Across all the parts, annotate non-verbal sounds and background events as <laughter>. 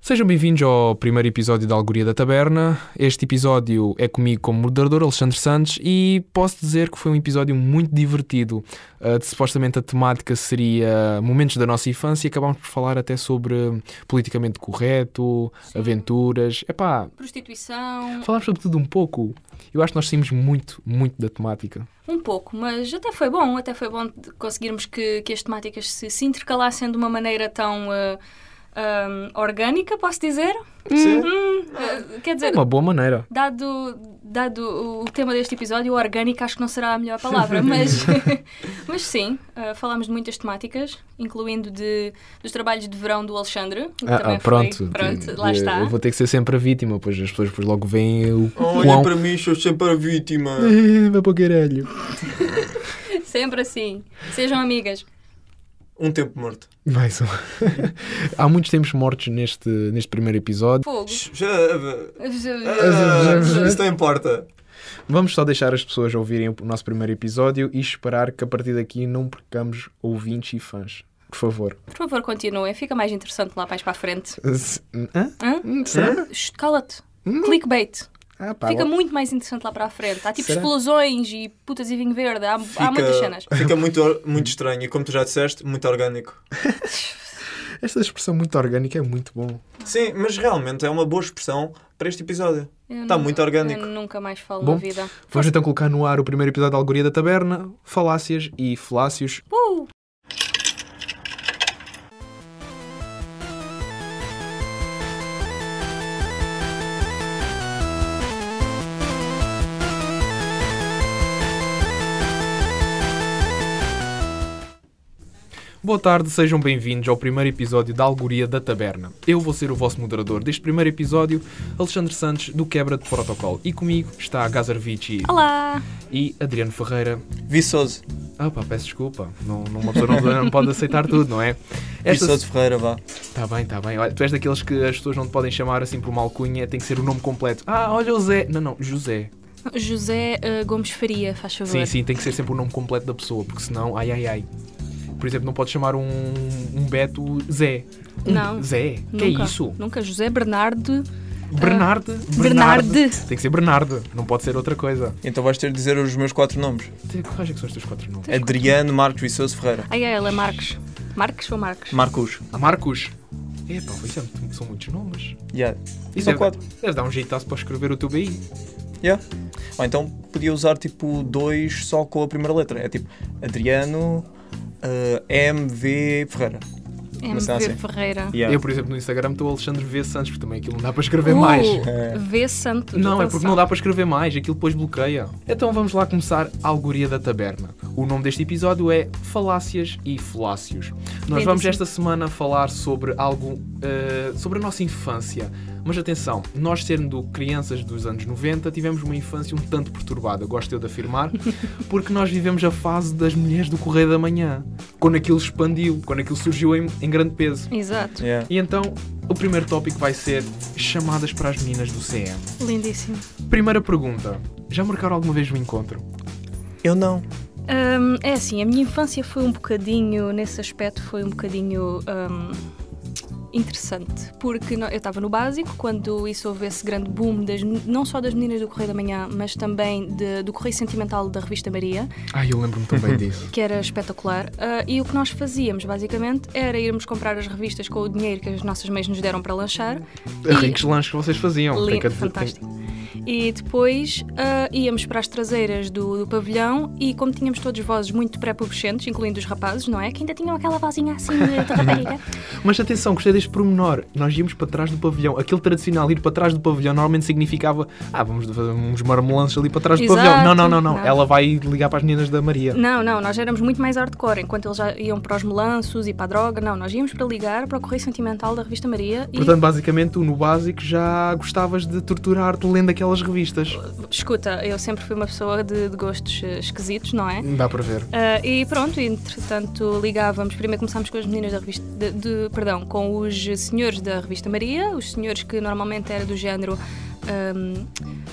Sejam bem-vindos ao primeiro episódio da Algoria da Taberna. Este episódio é comigo como moderador, Alexandre Santos, e posso dizer que foi um episódio muito divertido. Uh, de- supostamente a temática seria momentos da nossa infância e acabámos por falar até sobre politicamente correto, aventuras. Epá, Prostituição, falámos sobre tudo um pouco. Eu acho que nós saímos muito, muito da temática. um pouco, mas até foi bom, até foi bom de conseguirmos que, que as temáticas se, se intercalassem de uma maneira tão ah, ah, orgânica, posso dizer? Hum, ah, quer dizer, É Uma boa maneira. dado, dado o tema deste episódio, orgânica acho que não será a <laughs> melhor palavra, mas, <laughs> mas sim, ah, falámos de muitas temáticas, incluindo de, dos trabalhos de verão do Alexandre, que Ah, também ah, pronto, foi, pronto, lá Eu- está. Eu vou ter que ser sempre a vítima, pois as pessoas depois logo veem o Olha quão... para mim, sou sempre a vítima. Ih, <laughs> Vai para o caralho. <laughs> Sempre assim, sejam amigas. Um tempo morto. Mais um. <laughs> Há muitos tempos mortos neste, neste primeiro episódio. Fogo. Já. Ah, Isso não importa. Vamos só deixar as pessoas ouvirem o nosso primeiro episódio e esperar que a partir daqui não percamos ouvintes e fãs. Por favor. Por favor, continuem, fica mais interessante lá mais para a frente. Se- Hã? Hã? Será? Shh, Cala-te. Clickbait. Ah, Hum. pá, Fica ó- muito mais interessante lá para a frente. Há tipo Será? explosões e putas e vinho verde. Há, há muitas cenas. fica muito, or- muito estranho. E como tu já disseste, muito orgânico. Esta expressão muito orgânica é muito bom. Sim, mas realmente é uma boa expressão para este episódio. Eu Está nu- muito orgânico. eu nunca mais falo Tá Bom. na vida. Vamos então colocar no ar o primeiro episódio da Algoria da Taberna, falácias e falácios. Uh! Boa tarde, sejam bem-vindos ao primeiro episódio da Algoria da Taberna. Eu vou ser o vosso moderador deste primeiro episódio, Alexandre Santos, do Quebra de Protocolo. E comigo está Gazar Vici Olá! e Adriano Ferreira. Viçoso. Ah pá, peço desculpa. Não, não- uma pessoa não, não pode aceitar tudo, não é? Viçoso Ferreira, vá. Tá bem, tá bem. Olha, tu és daqueles que as pessoas não te podem chamar assim por uma alcunha, tem que ser o nome completo. Ah, olha o Zé. Não, não, José. José eh, Gomes Faria, faz favor. Sim, sim, tem que ser sempre o nome completo da pessoa, porque senão, ai, ai, ai. Por exemplo, não podes chamar um, um Beto Zé. Um Não. Zé? Que é Nunca, É. isso? Nunca. José Bernardo. Bernardo. Bernardo. Tem que ser Bernardo, não pode ser outra coisa. Então vais ter de dizer os meus quatro nomes: Tem- Quais é que são os teus quatro nomes? Adriano Marcos Viçoso Ferreira. Ai, ai, ela é Marques. Marques ou Marques? Marcos. Marcos. Epá, isso é- são muitos nomes. Yeah. E Isso são é- quatro. Deves dar um jeitaço para escrever o teu BI. Yeah. Ou então podia usar tipo dois só com a primeira letra. É tipo Adriano eh, MV Ferreira. Mas MV é não, assim. sim. Ferreira. Yeah. Eu, por exemplo, no Instagram estou Alexandre V. Santos, porque também aquilo não dá para escrever Uh, é mais. V Santos. Não, é porque não atenção. dá para escrever mais, aquilo depois bloqueia. Então vamos lá começar a Algoria da Taberna. O nome deste episódio é Falácias e Falácios. Nós Bem vamos dito. esta semana falar sobre algo, eh, sobre a nossa infância. Mas atenção, nós sendo crianças dos anos 90, tivemos uma infância um tanto perturbada, gosto eu de <laughs> afirmar, porque nós vivemos a fase das mulheres do Correio da Manhã, quando aquilo expandiu, quando aquilo surgiu em- em grande peso. Exato. Yeah. E então, o primeiro tópico vai ser chamadas para as meninas do CM. Lindíssimo. Primeira pergunta. Já marcaram alguma vez um encontro? Eu não. Hum, é assim, a minha infância foi um bocadinho, nesse aspecto, foi um bocadinho hum, interessante. Porque no- eu estava no básico, quando isso houve esse grande boom, das, não só das meninas do Correio da Manhã, mas também de- do Correio Sentimental da Revista Maria, Ai, eu lembro-me também <laughs> disso. que era espetacular. Ah, e o que nós fazíamos, basicamente, era irmos comprar as revistas com o dinheiro que as nossas mães nos deram para lanchar. E- Ricos lanches que vocês faziam. Tem que- Lindo, tem- fantástico. E depois ah, íamos para as traseiras do, do pavilhão e como tínhamos todos vozes muito pré-pubescentes, incluindo os rapazes, não é? Que ainda tinham aquela vozinha assim de de rapariga. Mas atenção, gostei deste pormenor. Nós íamos para trás do pavilhão. Aquele tradicional ir para trás do pavilhão normalmente significava ah, vamos fazer uns marmelances ali para trás do Exato. pavilhão. Não, não, não, não, Não. Ela vai ligar para as meninas da Maria. não, não, nós éramos muito mais hardcore, enquanto eles já iam para os melanços e para a droga. Não, nós íamos para ligar para o Correio Sentimental da Revista Maria e... Portanto, basicamente, tu no básico já gostavas de torturar-te lendo aquelas revistas. Escuta, eu sempre fui uma pessoa de, de gostos eh, esquisitos, não é? Dá para ver. Ah, e pronto, entretanto ligávamos. Primeiro começámos com as meninas da revista. De, de- perdão, com os senhores da revista Maria, os senhores que normalmente era do género. ahm,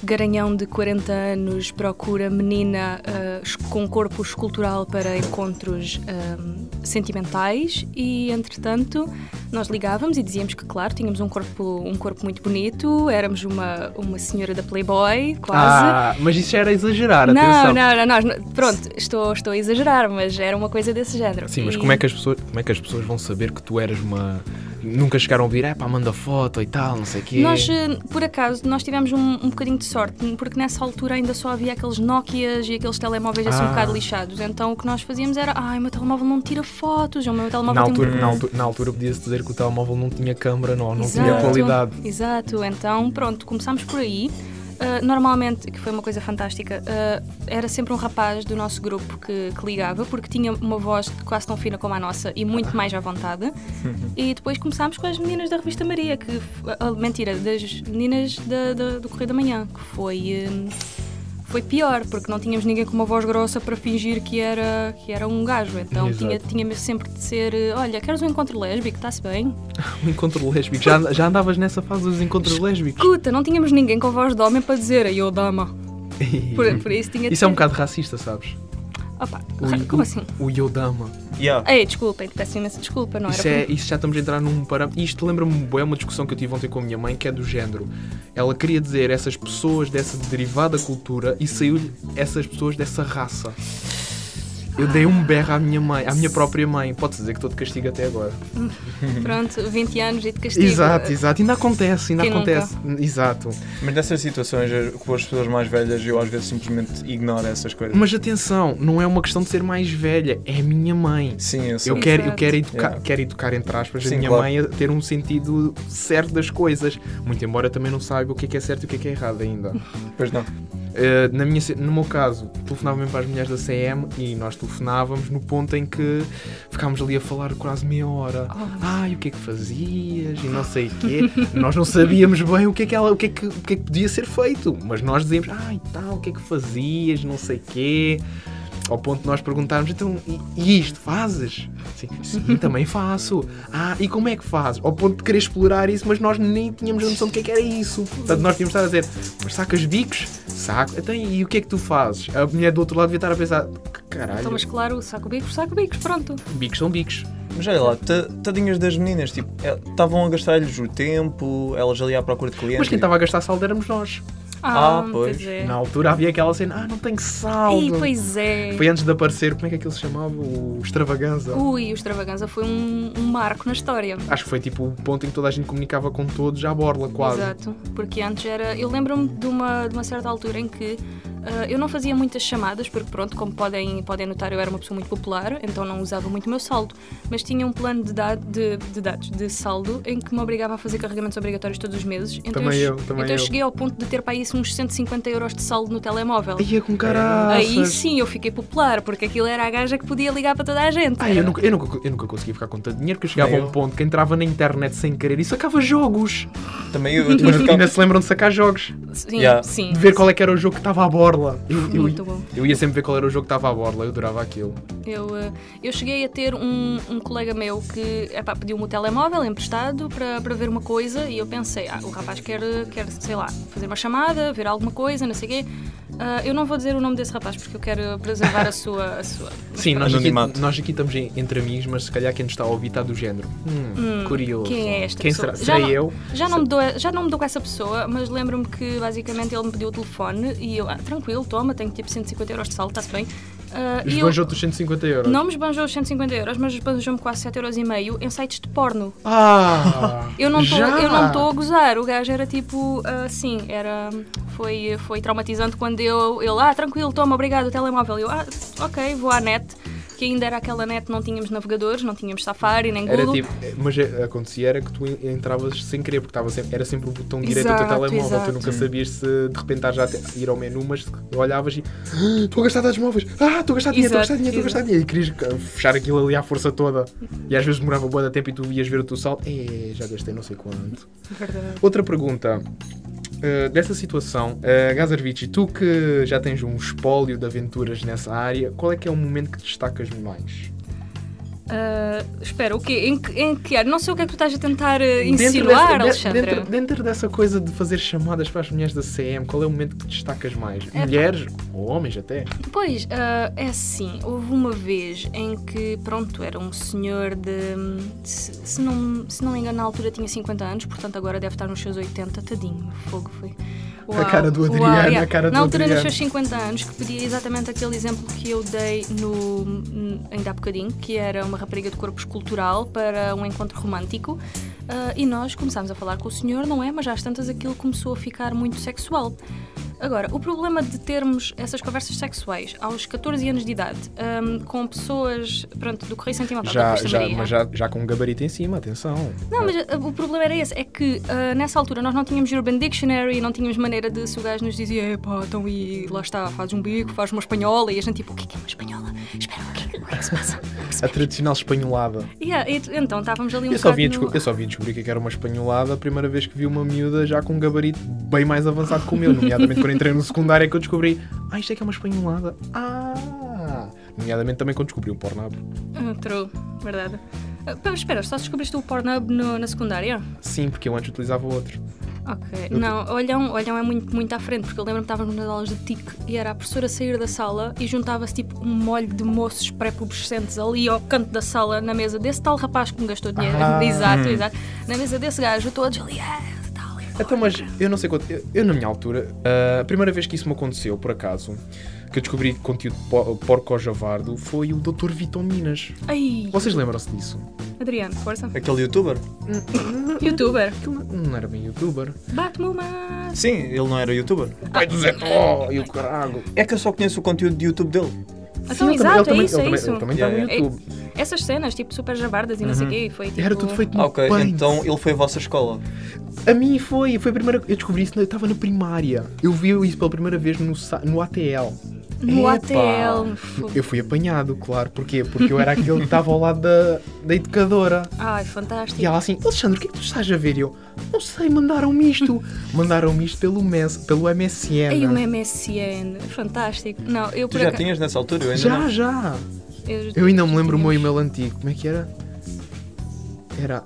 garanhão de 40 anos procura menina ah, es- com corpo escultural para encontros ahm, sentimentais e, entretanto, nós ligávamos e dizíamos que, claro, tínhamos um corpo, um corpo muito bonito, éramos uma, uma senhora da Playboy, quase. Ah, mas isso já era exagerar, não, atenção. não, não, nós- pronto, estou, estou a exagerar, mas era uma coisa desse género. Sim, mas E- como é, que as pessoas, como é que as pessoas vão saber que tu eras uma. Nunca chegaram a ouvir, é pá, manda foto e tal, não sei o quê. Nós, eh, por acaso, nós tivemos um, um bocadinho de sorte, porque nessa altura ainda só havia aqueles Nokias e aqueles telemóveis assim Ah. um bocado lixados. Então o que nós fazíamos era, ai, o meu telemóvel não tira fotos, o meu telemóvel na tem altura, muito na altura, na altura podia-se dizer que o telemóvel não tinha câmara, não, não tinha Exato, qualidade. <laughs> Exato, então pronto, começámos por aí. Ah, normalmente, que foi uma coisa fantástica, ah, era sempre um rapaz do nosso grupo que, que ligava, porque tinha uma voz quase tão fina como a nossa e muito mais <laughs> à vontade. e depois começámos com as meninas da Revista Maria, que. f- ah, mentira, das meninas da, da- do Correio da Manhã, que foi. hum, foi pior, porque não tínhamos ninguém com uma voz grossa para fingir que era, que era um gajo. Então Exato. tinha, tinha sempre de ser: olha, queres um encontro lésbico? Está-se bem? Um encontro lésbico. Já, já andavas nessa fase dos encontros lésbicos. Escuta, não tínhamos ninguém com voz de homem para dizer eu dama. Por, por isso tinha <laughs> de Isso é um ser- bocado racista, sabes? Opa, O- como assim? O Yodama. Yeah. Ei, desculpem, peço imensa desculpa, não Isso, era. é, isso já estamos a entrar num parâmetro. Isto lembra-me, é uma discussão que eu tive ontem com a minha mãe, que é do género. Ela queria dizer essas pessoas dessa derivada cultura e saiu-lhe essas pessoas dessa raça. Eu dei um berro à minha mãe, à minha própria mãe. Pode dizer que estou de castigo até agora. Pronto, 20 anos e de castigo. Exato, exato. Ainda acontece, ainda Quem nunca? acontece. Exato. Mas nessas situações, eh, com as pessoas mais velhas, eu às vezes simplesmente ignoro essas coisas. Mas atenção, não é uma questão de ser mais velha, é a minha mãe. Sim, eu sei. Eu quero, eu Exato. quero, educar, Yeah. quero educar, entre aspas, a É. Sim, minha claro. mãe a ter um sentido certo das coisas. Muito embora também não saiba o que é que é certo e o que é que é errado ainda. Pois não. Uh, na minha, ce- no meu caso, telefonava mesmo para as mulheres da CM e nós telefonávamos no ponto em que ficámos ali a falar quase meia hora. Ai, o que é que fazias? E não sei o quê. nós não sabíamos bem o que, é que ela, o, que é que, o que é que podia ser feito, mas nós dizíamos, ai, tal, o que é que fazias? Não sei o quê. Ao ponto de nós perguntarmos, então, e, e isto fazes? Sim, sim, também faço. Ah, e como é que fazes? Ao ponto de querer explorar isso, mas nós nem tínhamos a noção do que é que era isso. Portanto, nós tínhamos de estar a dizer, mas sacas bicos? Saco. Então, e o que é que tu fazes? A mulher do outro lado devia estar a pensar, "Que Então, caralho, mas claro, saco bicos, saco bicos, pronto. bicos são bicos. Mas olha lá, ta- tadinhas das meninas, tipo, eh, estavam a gastar-lhes o tempo, elas ali à procura de clientes. Mas quem tipo, estava a gastar saldo éramos nós. Ah, pois. é. Na altura havia aquela cena, ah, não tenho saldo. Ei, pois é. Foi antes de aparecer, como é que aquilo se chamava? O extravaganza. Ui, o extravaganza foi um, um marco na história. Acho que foi tipo o ponto em que toda a gente comunicava com todos à borla, quase. Exato, porque antes era. Eu lembro-me de uma, de uma certa altura em que ah, eu não fazia muitas chamadas, porque, pronto, como podem, podem notar, eu era uma pessoa muito popular, então não usava muito o meu saldo. Mas tinha um plano de, da- de, de dados, de saldo, em que me obrigava a fazer carregamentos obrigatórios todos os meses. Então Também eu, eu, também Então eu. cheguei ao ponto de ter para isso uns 150 euros de saldo no telemóvel. Aí é com caraças. Aí sim eu fiquei popular, porque aquilo era a gaja que podia ligar para toda a gente. Ai, Ah, eu, nunca, eu, nunca, eu nunca conseguia ficar com tanto dinheiro porque eu chegava Nem a um eu. ponto que entrava na internet sem querer e sacava jogos. <laughs> Também eu, eu Mas depois ainda ficava... se lembram de sacar jogos, Sim, Yeah. sim. de ver qual é que era o jogo que estava à borla. Eu, eu, Muito bom. eu ia sempre ver qual era o jogo que estava à borla, eu adorava aquilo. Eu, eh, eu cheguei a ter um, um colega meu que epá, pediu-me o telemóvel emprestado para, para ver uma coisa e eu pensei, ah, o rapaz quer, quer, sei lá, fazer uma chamada, ver alguma coisa, não sei o quê. Ah, eu não vou dizer o nome desse rapaz porque eu quero preservar a sua... A sua... Sim, nós aqui, Anonimato. nós aqui estamos em- entre amigos, mas se calhar quem nos está a ouvir está do género. Hum, curioso. Quem é esta Quem pessoa? será? Serei não- eu? Já não, me dou, já não me dou com essa pessoa, mas lembro-me que basicamente ele me pediu o telefone e eu, ah, tranquilo, toma, tenho tipo 150 euros de saldo, está-se bem. Ah, e eu- Esbanjou outros 150 euros. Não me esbanjou os 150 euros, mas esbanjou-me quase 7,5 euros em sites de porno. Ah! Eu não tô- já. eu não estou a gozar. O gajo era tipo assim, era. Foi, foi traumatizante quando eu, eu. Ah, tranquilo, toma, obrigado, o telemóvel. Eu, ah, ok, vou à net. Que ainda era aquela net, não tínhamos navegadores, não tínhamos Safari, nem Era Google. tipo, mas é- acontecia era que tu en- entravas sem querer, porque estava sempre, era sempre o botão direito do teu Exato, telemóvel. exato. Tu nunca sabias se de repente estás já a ir ao menu, mas olhavas e "Ah, estou a gastar dados móveis, ah, estou a gastar dinheiro, estou a Exato, gastar dinheiro, estou a gastar dinheiro. E querias ah, fechar aquilo ali à força toda. E às vezes demorava boa da tempo e tu ias ver o teu saldo, é, já gastei não sei quanto. Verdade. Outra pergunta. ah, dessa situação, uh, Gazarvici, tu que já tens um espólio de aventuras nessa área, qual é que é o momento que destacas mais? Ah, espera, o quê? Em que, em que área? Não sei o que é que tu estás a tentar eh, insinuar, dessa, Alexandra. de- dentro, dentro dessa coisa de fazer chamadas para as mulheres da CM, qual é o momento que te destacas mais? É- Mulheres ou homens até? Pois, ah, é assim, houve uma vez em que, pronto, era um senhor de. Se, se não, se não me engano, na altura tinha 50 anos, portanto agora deve estar nos seus 80, tadinho, fogo foi. Uau, cara do uau, Adriano, yeah. a cara do Na altura Adriano. nos seus 50 anos, que pedia exatamente aquele exemplo que eu dei no, ainda há bocadinho, que era uma rapariga de corpo escultural para um encontro romântico. Ah, e nós começámos a falar com o senhor, não é? Mas às tantas aquilo começou a ficar muito sexual. Agora, o problema de termos essas conversas sexuais aos 14 anos de idade ahm, com pessoas pronto, do Correio Sentimental da Já, Costa já, Maria. mas já, já com um gabarito em cima, atenção. Não, mas ah, o problema era esse, é que ah, nessa altura nós não tínhamos Urban Dictionary, não tínhamos maneira de se o gajo nos dizia, epá, então e lá está, faz um bico, faz uma espanhola, e a gente tipo, o que é que é uma espanhola? Espera, o que é que, o que, é que se passa? A tradicional espanholada. Yeah, e, então estávamos ali um Eu só, bocado vim a no- desco- eu só vim descobrir que era uma espanholada a primeira vez que vi uma miúda já com um gabarito bem mais avançado que o meu, nomeadamente quando entrei no secundário é que eu descobri, ah, isto é que é uma espanholada. Ah! Nomeadamente também quando descobri o Pornhub. Ah, true, verdade. Ah, pá, espera, só descobriste o Pornhub no- na secundária? Sim, porque eu antes utilizava outro. Ok. Eu Não, olhão, olhão é muito, muito à frente, porque eu lembro-me que estávamos nas aulas de TIC e era a professora sair da sala e juntava-se tipo um molho de moços pré-pubescentes ali ao canto da sala, na mesa desse tal rapaz que me gastou dinheiro. Ah. <laughs> Exato, exato. Na mesa desse gajo, todos ali, ah, tal. e Então, mas eu não sei quanto. Eu, eu, na minha altura, ah, a primeira vez que isso me aconteceu, por acaso, que eu descobri conteúdo po- porco javardo foi o Dr. Vitor Minas. Ai, Vocês lembram-se disso? Adriano, força. É Aquele youtuber? Youtuber. Aquilo não era bem youtuber. Bate-me uma. Sim, ele não era youtuber. Pai do Zé Tó e o caralho. É que eu só conheço o conteúdo de YouTube dele. Então, Sim, ele exato, é também- isso, ele é também- isso. Ele também estava no É- YouTube. Essas cenas, tipo super javardas e não sei o quê, foi tipo. Uhum. Era tudo feito no Ah, ok. Paint. Então ele foi a vossa escola. A mim foi, foi a primeira. Eu descobri isso, na- eu estava na primária. Eu vi isso pela primeira vez no, sa- no ATL. No Epa. ATL. fogo. Eu fui apanhado, claro. Porquê? Porque eu era aquele que estava ao lado da, da educadora. Ai, fantástico. E ela assim, Alexandre, o que é que tu estás a ver? E eu, não sei, mandaram-me isto. <laughs> mandaram-me isto pelo, mes, pelo MSN. Ai, um MSN, fantástico. Não, eu por Tu já aca- tinhas nessa altura? Eu ainda Já, não. já. Eu ainda me lembro o meu e-mail antigo. Como é que era? Era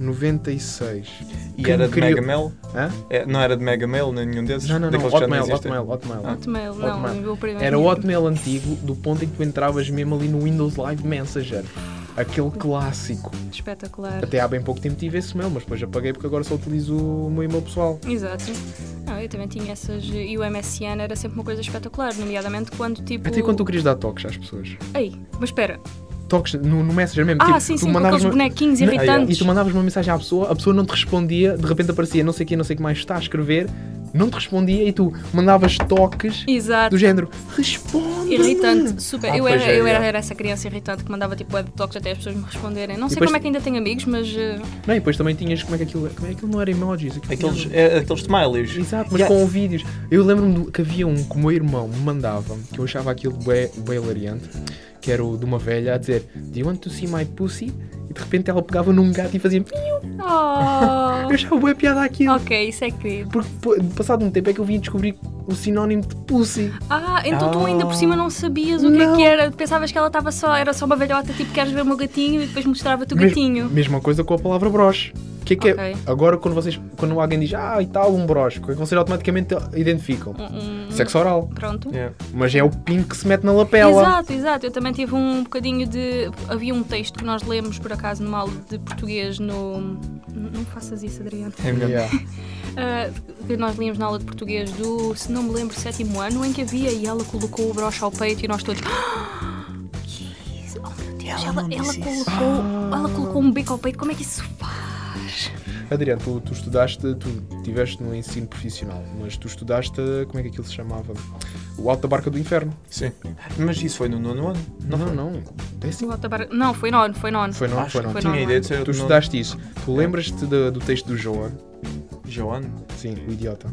alex.santos96. E Que era me de criou- Megamel? Hã? É, não era de Megamail nem nenhum desses? Não, não, não. Daqueles Ah. que já Hotmail, existem. Hotmail, Hotmail. Hotmail, não, Ah, Hotmail. o meu primeiro. Era o Hotmail antigo, do ponto em que tu entravas mesmo ali no Windows Live Messenger. Aquele clássico. Espetacular. Até há bem pouco tempo tive esse mail, mas depois apaguei porque agora só utilizo o meu e-mail pessoal. Exato. Não, eu também tinha essas. E o MSN era sempre uma coisa espetacular, nomeadamente quando tipo. Até quando tu querias dar toques às pessoas? Ei, mas espera. toques no, no Messenger mesmo. Ah, tipo, sim, tu sim, com mandavas aqueles uma- bonequinhos Não, irritantes. E tu mandavas uma mensagem à pessoa, a pessoa não te respondia, de repente aparecia não sei o que, não sei o que mais está a escrever, não te respondia e tu mandavas toques Exato. do género responde. Irritante, super. Ah, eu pois era, é, eu era, é. era essa criança irritante que mandava tipo web talks até as pessoas me responderem. Não sei depois- como é que ainda tenho amigos, mas. eh, Não, e depois também tinhas como é que aquilo, como é que aquilo não era emojis, aquilo Aqueles, tinha- um- é, aqueles smileys. Exato, mas Yeah. com vídeos. Eu lembro-me do- que havia um que o meu irmão me mandava, que eu achava aquilo bué, bué hilariante, que era o de uma velha a dizer Do you want to see my pussy? E de repente ela pegava num gato e fazia "Piu". Eu Oh! <laughs> achava bué piada aquilo. ok, isso é querido. Porque pô, passado um tempo é que eu vim descobrir o sinónimo de pussy. Ah, então tu ainda por cima não sabias o que é Não. que era. Pensavas que ela estava só, era só uma velhota, tipo, queres ver o meu gatinho e depois mostrava-te o Mes- gatinho. mesma coisa com a palavra broche. O que é que Ok. é? Agora, quando, vocês, quando alguém diz, ah, e tal, um broche, o que é que vocês automaticamente identificam? Um- um- Sexo oral. Pronto. Yeah. Mas é o pin que se mete na lapela. Exato, exato. Eu também tive um bocadinho de. Havia um texto que nós lemos, por acaso, numa aula de português no. Não não faças isso, Adriano. É mesmo. Yeah. Ah, que nós líamos na aula de português do, se não me lembro, sétimo ano, em que havia e ela colocou o broche ao peito e nós todos. "Ah, que é isso? Oh, meu Deus, ela, ela colocou, ela colocou um bico ao peito, como é que isso se faz? Adriano, tu, tu estudaste, tu tiveste no ensino profissional, mas tu estudaste, como é que aquilo se chamava? O Alto da Barca do Inferno. Sim. Mas isso foi no nono ano? Não, não, não. Décimo. O Altabar- Não, foi nono, foi nono. Foi não, Acho foi que não. foi Tu, não. tinha ideia de ser tu no estudaste isso. Tu lembras-te do, do texto do João? Joano? Sim, o idiota.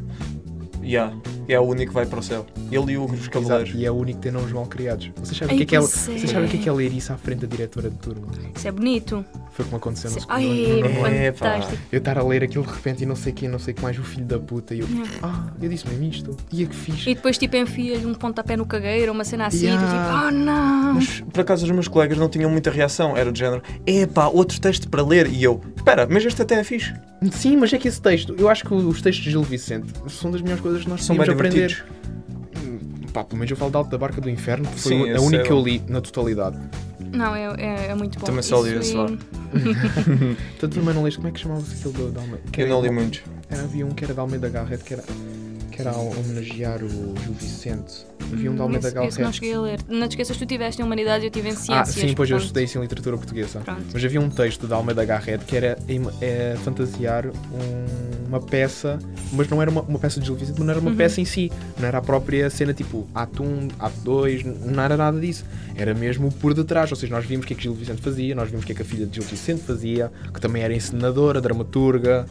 Yeah. E é o único que vai para o céu. Ele e os cavaleiros. Exato, E é o único que tem nomes mal criados. Vocês sabem Ai, o que é que é, pois é. vocês sabem o que é que é ler isso à frente da diretora de turma? Isso é bonito. Foi como aconteceu no Isso- segundo Ai, ano. É, pá. fantástico. Eu estar a ler aquilo de repente e não sei quem, não sei o que mais, o filho da puta. E eu, ah, eu disse mesmo isto. E é que fiz. Hum. E depois, tipo, enfia-lhe um pontapé no cagueiro, uma cena assim, Yeah. tu, tipo, oh não! Mas por acaso os meus colegas não tinham muita reação. Era do género, epá, outro texto para ler. E eu, espera, mas este até é fixe. Sim, mas é que esse texto, eu acho que os textos de Gil Vicente são das melhores coisas que nós São bem temos aprender. divertidos. Pá, pelo menos eu falo da Alta Barca do Inferno, que foi Sim, a esse única é que eu bom. li na totalidade. Não, é, é, é muito bom. Também só li Isso esse e- lá. Portanto, tu também não leste, como é que chamava-se aquele do- da Almeida? Que é Hum. Eu era- não li muito. Era, havia um que era da Almeida Garrett, que era, que era a homenagear o Gil Vicente. Havia um da Almeida Hum, Esse- esse Garrett. não cheguei a ler. Não te esqueças, tu tiveste em humanidades e eu tive em ciências. Ah, sim, pois eu portanto. estudei isso em literatura portuguesa. Pronto. Mas havia um texto da Almeida Garrett que era em- é, fantasiar um- uma peça, mas não era uma, uma peça de Gil Vicente, mas não era uma peça em si. Não era a própria cena tipo ato 1, ato 2, n- não era nada disso. Era mesmo o por detrás. Ou seja, nós vimos o que é que Gil Vicente fazia, nós vimos o que é que a filha de Gil Vicente fazia, que também era encenadora, dramaturga.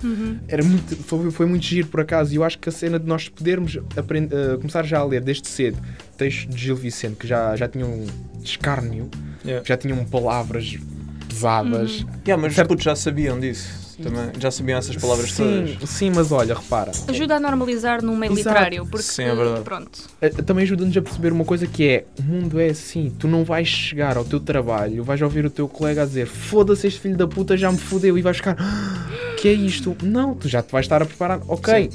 Era muito, foi, foi muito giro por acaso. E eu acho que a cena de nós podermos aprend- eh, começar já a ler desde cedo textos de Gil Vicente que já, já tinham escárnio Yeah. já tinham palavras pesadas. Yeah, mas os Certo. putos já sabiam disso. Também, já sabiam essas palavras sim, todas. sim, mas olha, repara, Ajuda a normalizar num meio Exato. literário, porque Sim, é verdade. pronto. eh, também ajuda-nos a perceber uma coisa que é, o mundo é assim, tu não vais chegar ao teu trabalho, vais ouvir o teu colega a dizer, foda-se este filho da puta, já me fodeu, e vais ficar, "Ah, que é isto? Não, tu já te vais estar a preparar, ok,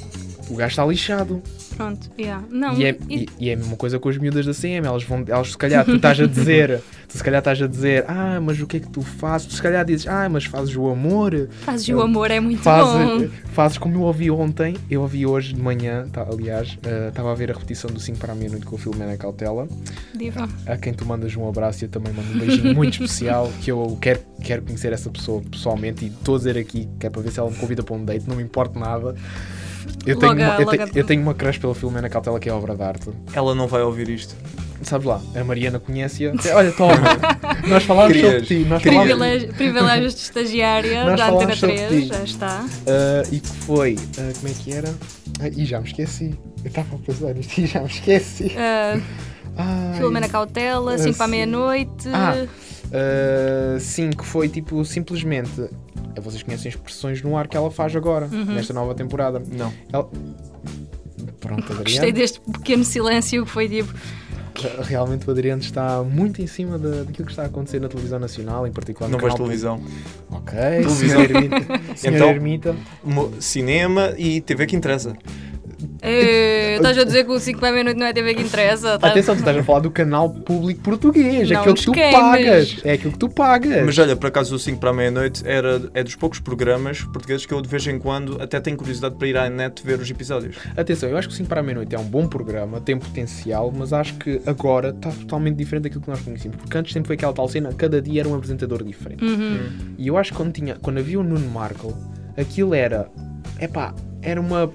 o gajo está lixado. Pronto, yeah. Não, E é, e- e, e é a mesma coisa com as miúdas da CM, elas vão, elas se calhar tu estás a <laughs> dizer, tu se calhar estás a dizer, ah, mas o que é que tu fazes? Tu se calhar dizes, ah, mas fazes o amor, fazes o amor, é muito bom. <laughs> Fazes, fazes como eu ouvi ontem, eu ouvi hoje de manhã, tá- aliás, estava a ver a repetição do 5 para a meia-noite com o Filomena Cautela, Diva. a quem tu mandas um abraço e eu também mando um beijinho muito especial, <laughs> que eu quero, quero conhecer essa pessoa pessoalmente e estou a dizer aqui, que é para ver se ela me convida para um date, não me importa nada. Eu tenho, Logo a- uma, eu, logo tenho, a- eu tenho uma crush pela Filomena Cautela que é obra de arte. Ela não vai ouvir isto. Sabes lá, a Mariana <laughs> conhece-a. Olha, toma, nós falámos sobre Querias, ti, nós querias. falámos, Privilégio- Privilégios de estagiária Nós da Antena falámos sobre 3, ti. já está. Ah, e que foi. ah, como é que era? Ah, e já me esqueci. Eu estava a pensar nisto e já me esqueci. Ah, Ai. <laughs> Filomena Cautela, Ah, 5 para a sim. meia-noite. Ah. Ah, sim, que foi tipo simplesmente. eh, Vocês conhecem as expressões no ar que ela faz agora, Uhum. nesta nova temporada. Não. Ela- Pronto, <laughs> Gostei Adriano. deste pequeno silêncio que foi <laughs> tipo. Ah, Realmente o Adriano está muito em cima da- daquilo que está a acontecer na televisão nacional, em particular Não no vais canal- televisão. Ok, Televisão. senhor <laughs> Ermita. Senhor Então- Ermita. Mo- Cinema e TV que interessa. "Eh, Estás a dizer que o 5 para a meia-noite não é TV que interessa? tá?" Atenção, tu estás a falar do canal público português, é Não aquilo nos que tu queimes. pagas. É aquilo que tu pagas. Mas olha, por acaso o 5 para a meia-noite era, é dos poucos programas portugueses que eu de vez em quando até tenho curiosidade para ir à net ver os episódios. Atenção, eu acho que o 5 para a meia-noite é um bom programa, tem potencial, mas acho que agora está totalmente diferente daquilo que nós conhecíamos. Porque antes sempre foi aquela tal cena, cada dia era um apresentador diferente. Uhum. E eu acho que quando, tinha, quando havia o Nuno Marco, aquilo era. Epá, era uma.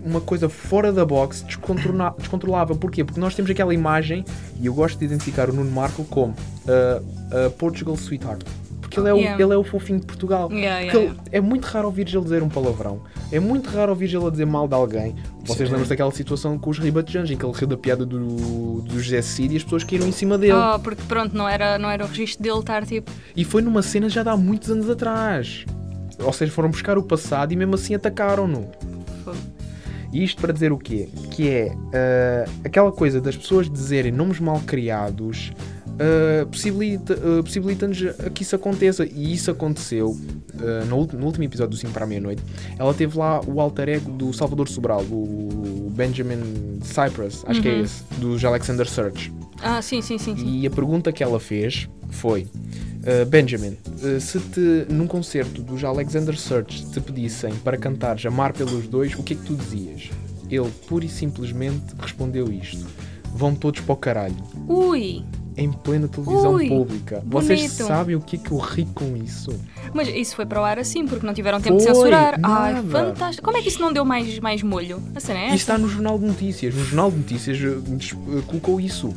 Uma coisa fora da box descontorna- descontrolável. Porquê? Porque nós temos aquela imagem, e eu gosto de identificar o Nuno Marco como ah, ah, Portugal Sweetheart. Porque ele é, o, Yeah. ele é o fofinho de Portugal. Yeah, Porque yeah, ele- é muito raro ouvir ele dizer um palavrão. É muito raro ouvir ele dizer mal de alguém. Vocês Sim. lembram-se daquela situação com os ribatejans em que ele riu da piada do, do José Cid e as pessoas caíram em cima dele. Oh, porque pronto, não era, não era o registro dele estar tipo. E foi numa cena já de há muitos anos atrás. Ou seja, foram buscar o passado e mesmo assim atacaram-no. fogo. E isto para dizer o quê? Que é ah, aquela coisa das pessoas dizerem nomes mal criados ah, possibilita, ah, possibilita-nos a que isso aconteça. E isso aconteceu ah, no, ult- no último episódio do 5 para a meia-noite. Ela teve lá o alter ego do Salvador Sobral, o Benjamin Cypress, acho que é esse, dos Alexander Search. Ah, sim, sim, sim. sim. E a pergunta que ela fez foi: "Ah, Benjamin, ah, se te num concerto dos Alexander Search te pedissem para cantares Amar pelos Dois, o que é que tu dizias? Ele pura e simplesmente respondeu isto: Vão todos para o caralho, Ui! em plena televisão Ui, pública. Vocês bonito. sabem o que é que eu ri com isso? Mas isso foi para o ar assim, porque não tiveram tempo de Foi, censurar. Ai, nada. fantástico. Como é que isso não deu mais, mais molho? A cena é Isso esta. está no Jornal de Notícias. No Jornal de Notícias eh, des- eh, colocou isso.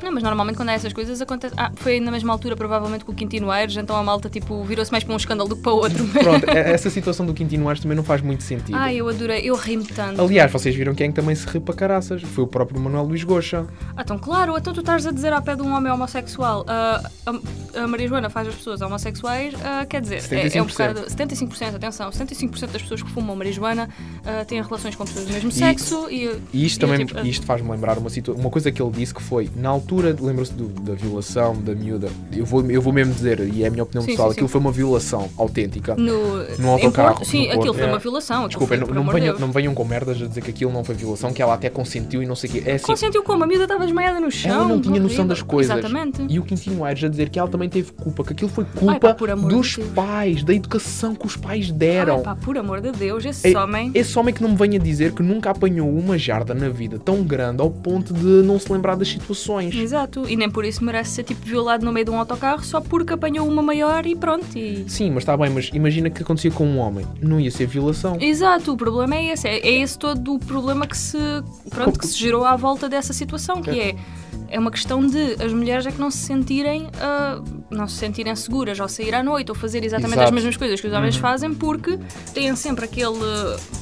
Não, mas normalmente quando há essas coisas acontece. Ah, foi na mesma altura, provavelmente, com o Quintino Aires, então a malta tipo virou-se mais para um escândalo do que para o <laughs> outro. Pronto, é- essa situação do Quintino Aires também não faz muito sentido. Ai, eu adorei, eu ri-me tanto. Aliás, vocês viram quem também se riu para caraças? Foi o próprio Manuel Luís Goxa. Ah, então claro, então tu estás a dizer ao pé de um homem homossexual ah, a, a Maria Joana faz as pessoas homossexuais, ah, quer dizer, é- É, um 75%. bocado. 75%, atenção, 75% das pessoas que fumam marijuana ah, têm relações com pessoas do mesmo sexo e. E isto e eu, também tipo, ah, isto faz-me lembrar uma, situa- uma coisa que ele disse que foi, na altura, lembra-se do- da violação da miúda, eu vou, eu vou mesmo dizer, e é a minha opinião Sim, pessoal, sim, sim. aquilo foi uma violação autêntica. No, No em autocarro, Porto- no Sim, aquilo Porto. foi uma É. violação. aquilo Desculpem, foi, não, por não amor de venham, Deus. não me venham com merdas a dizer que aquilo não foi violação, que ela até consentiu e não sei o quê. É assim, Consentiu como? A miúda estava desmaiada no chão. ela não tinha noção horrível. das coisas. Exatamente. E o Quintino Aires a dizer que ela também teve culpa, que aquilo foi culpa pá, por amor dos de Deus. pais, da educação que os pais deram. Ai, pá, por amor de Deus, esse Ei, homem. Esse homem que não me venha dizer que nunca apanhou uma jarda na vida tão grande ao ponto de não se lembrar das situações. Exato, e nem por isso merece ser tipo violado no meio de um autocarro só porque apanhou uma maior e pronto. E... Sim, mas está bem, mas imagina que acontecia com um homem. Não ia ser violação. Exato, o problema é esse. É, é esse todo o problema que se, pronto, que se gerou à volta dessa situação, que é. É uma questão de as mulheres é que não se sentirem ah, não se sentirem seguras ao sair à noite ou fazer exatamente as Exato. Uhum. mesmas coisas que os homens fazem porque têm sempre aquele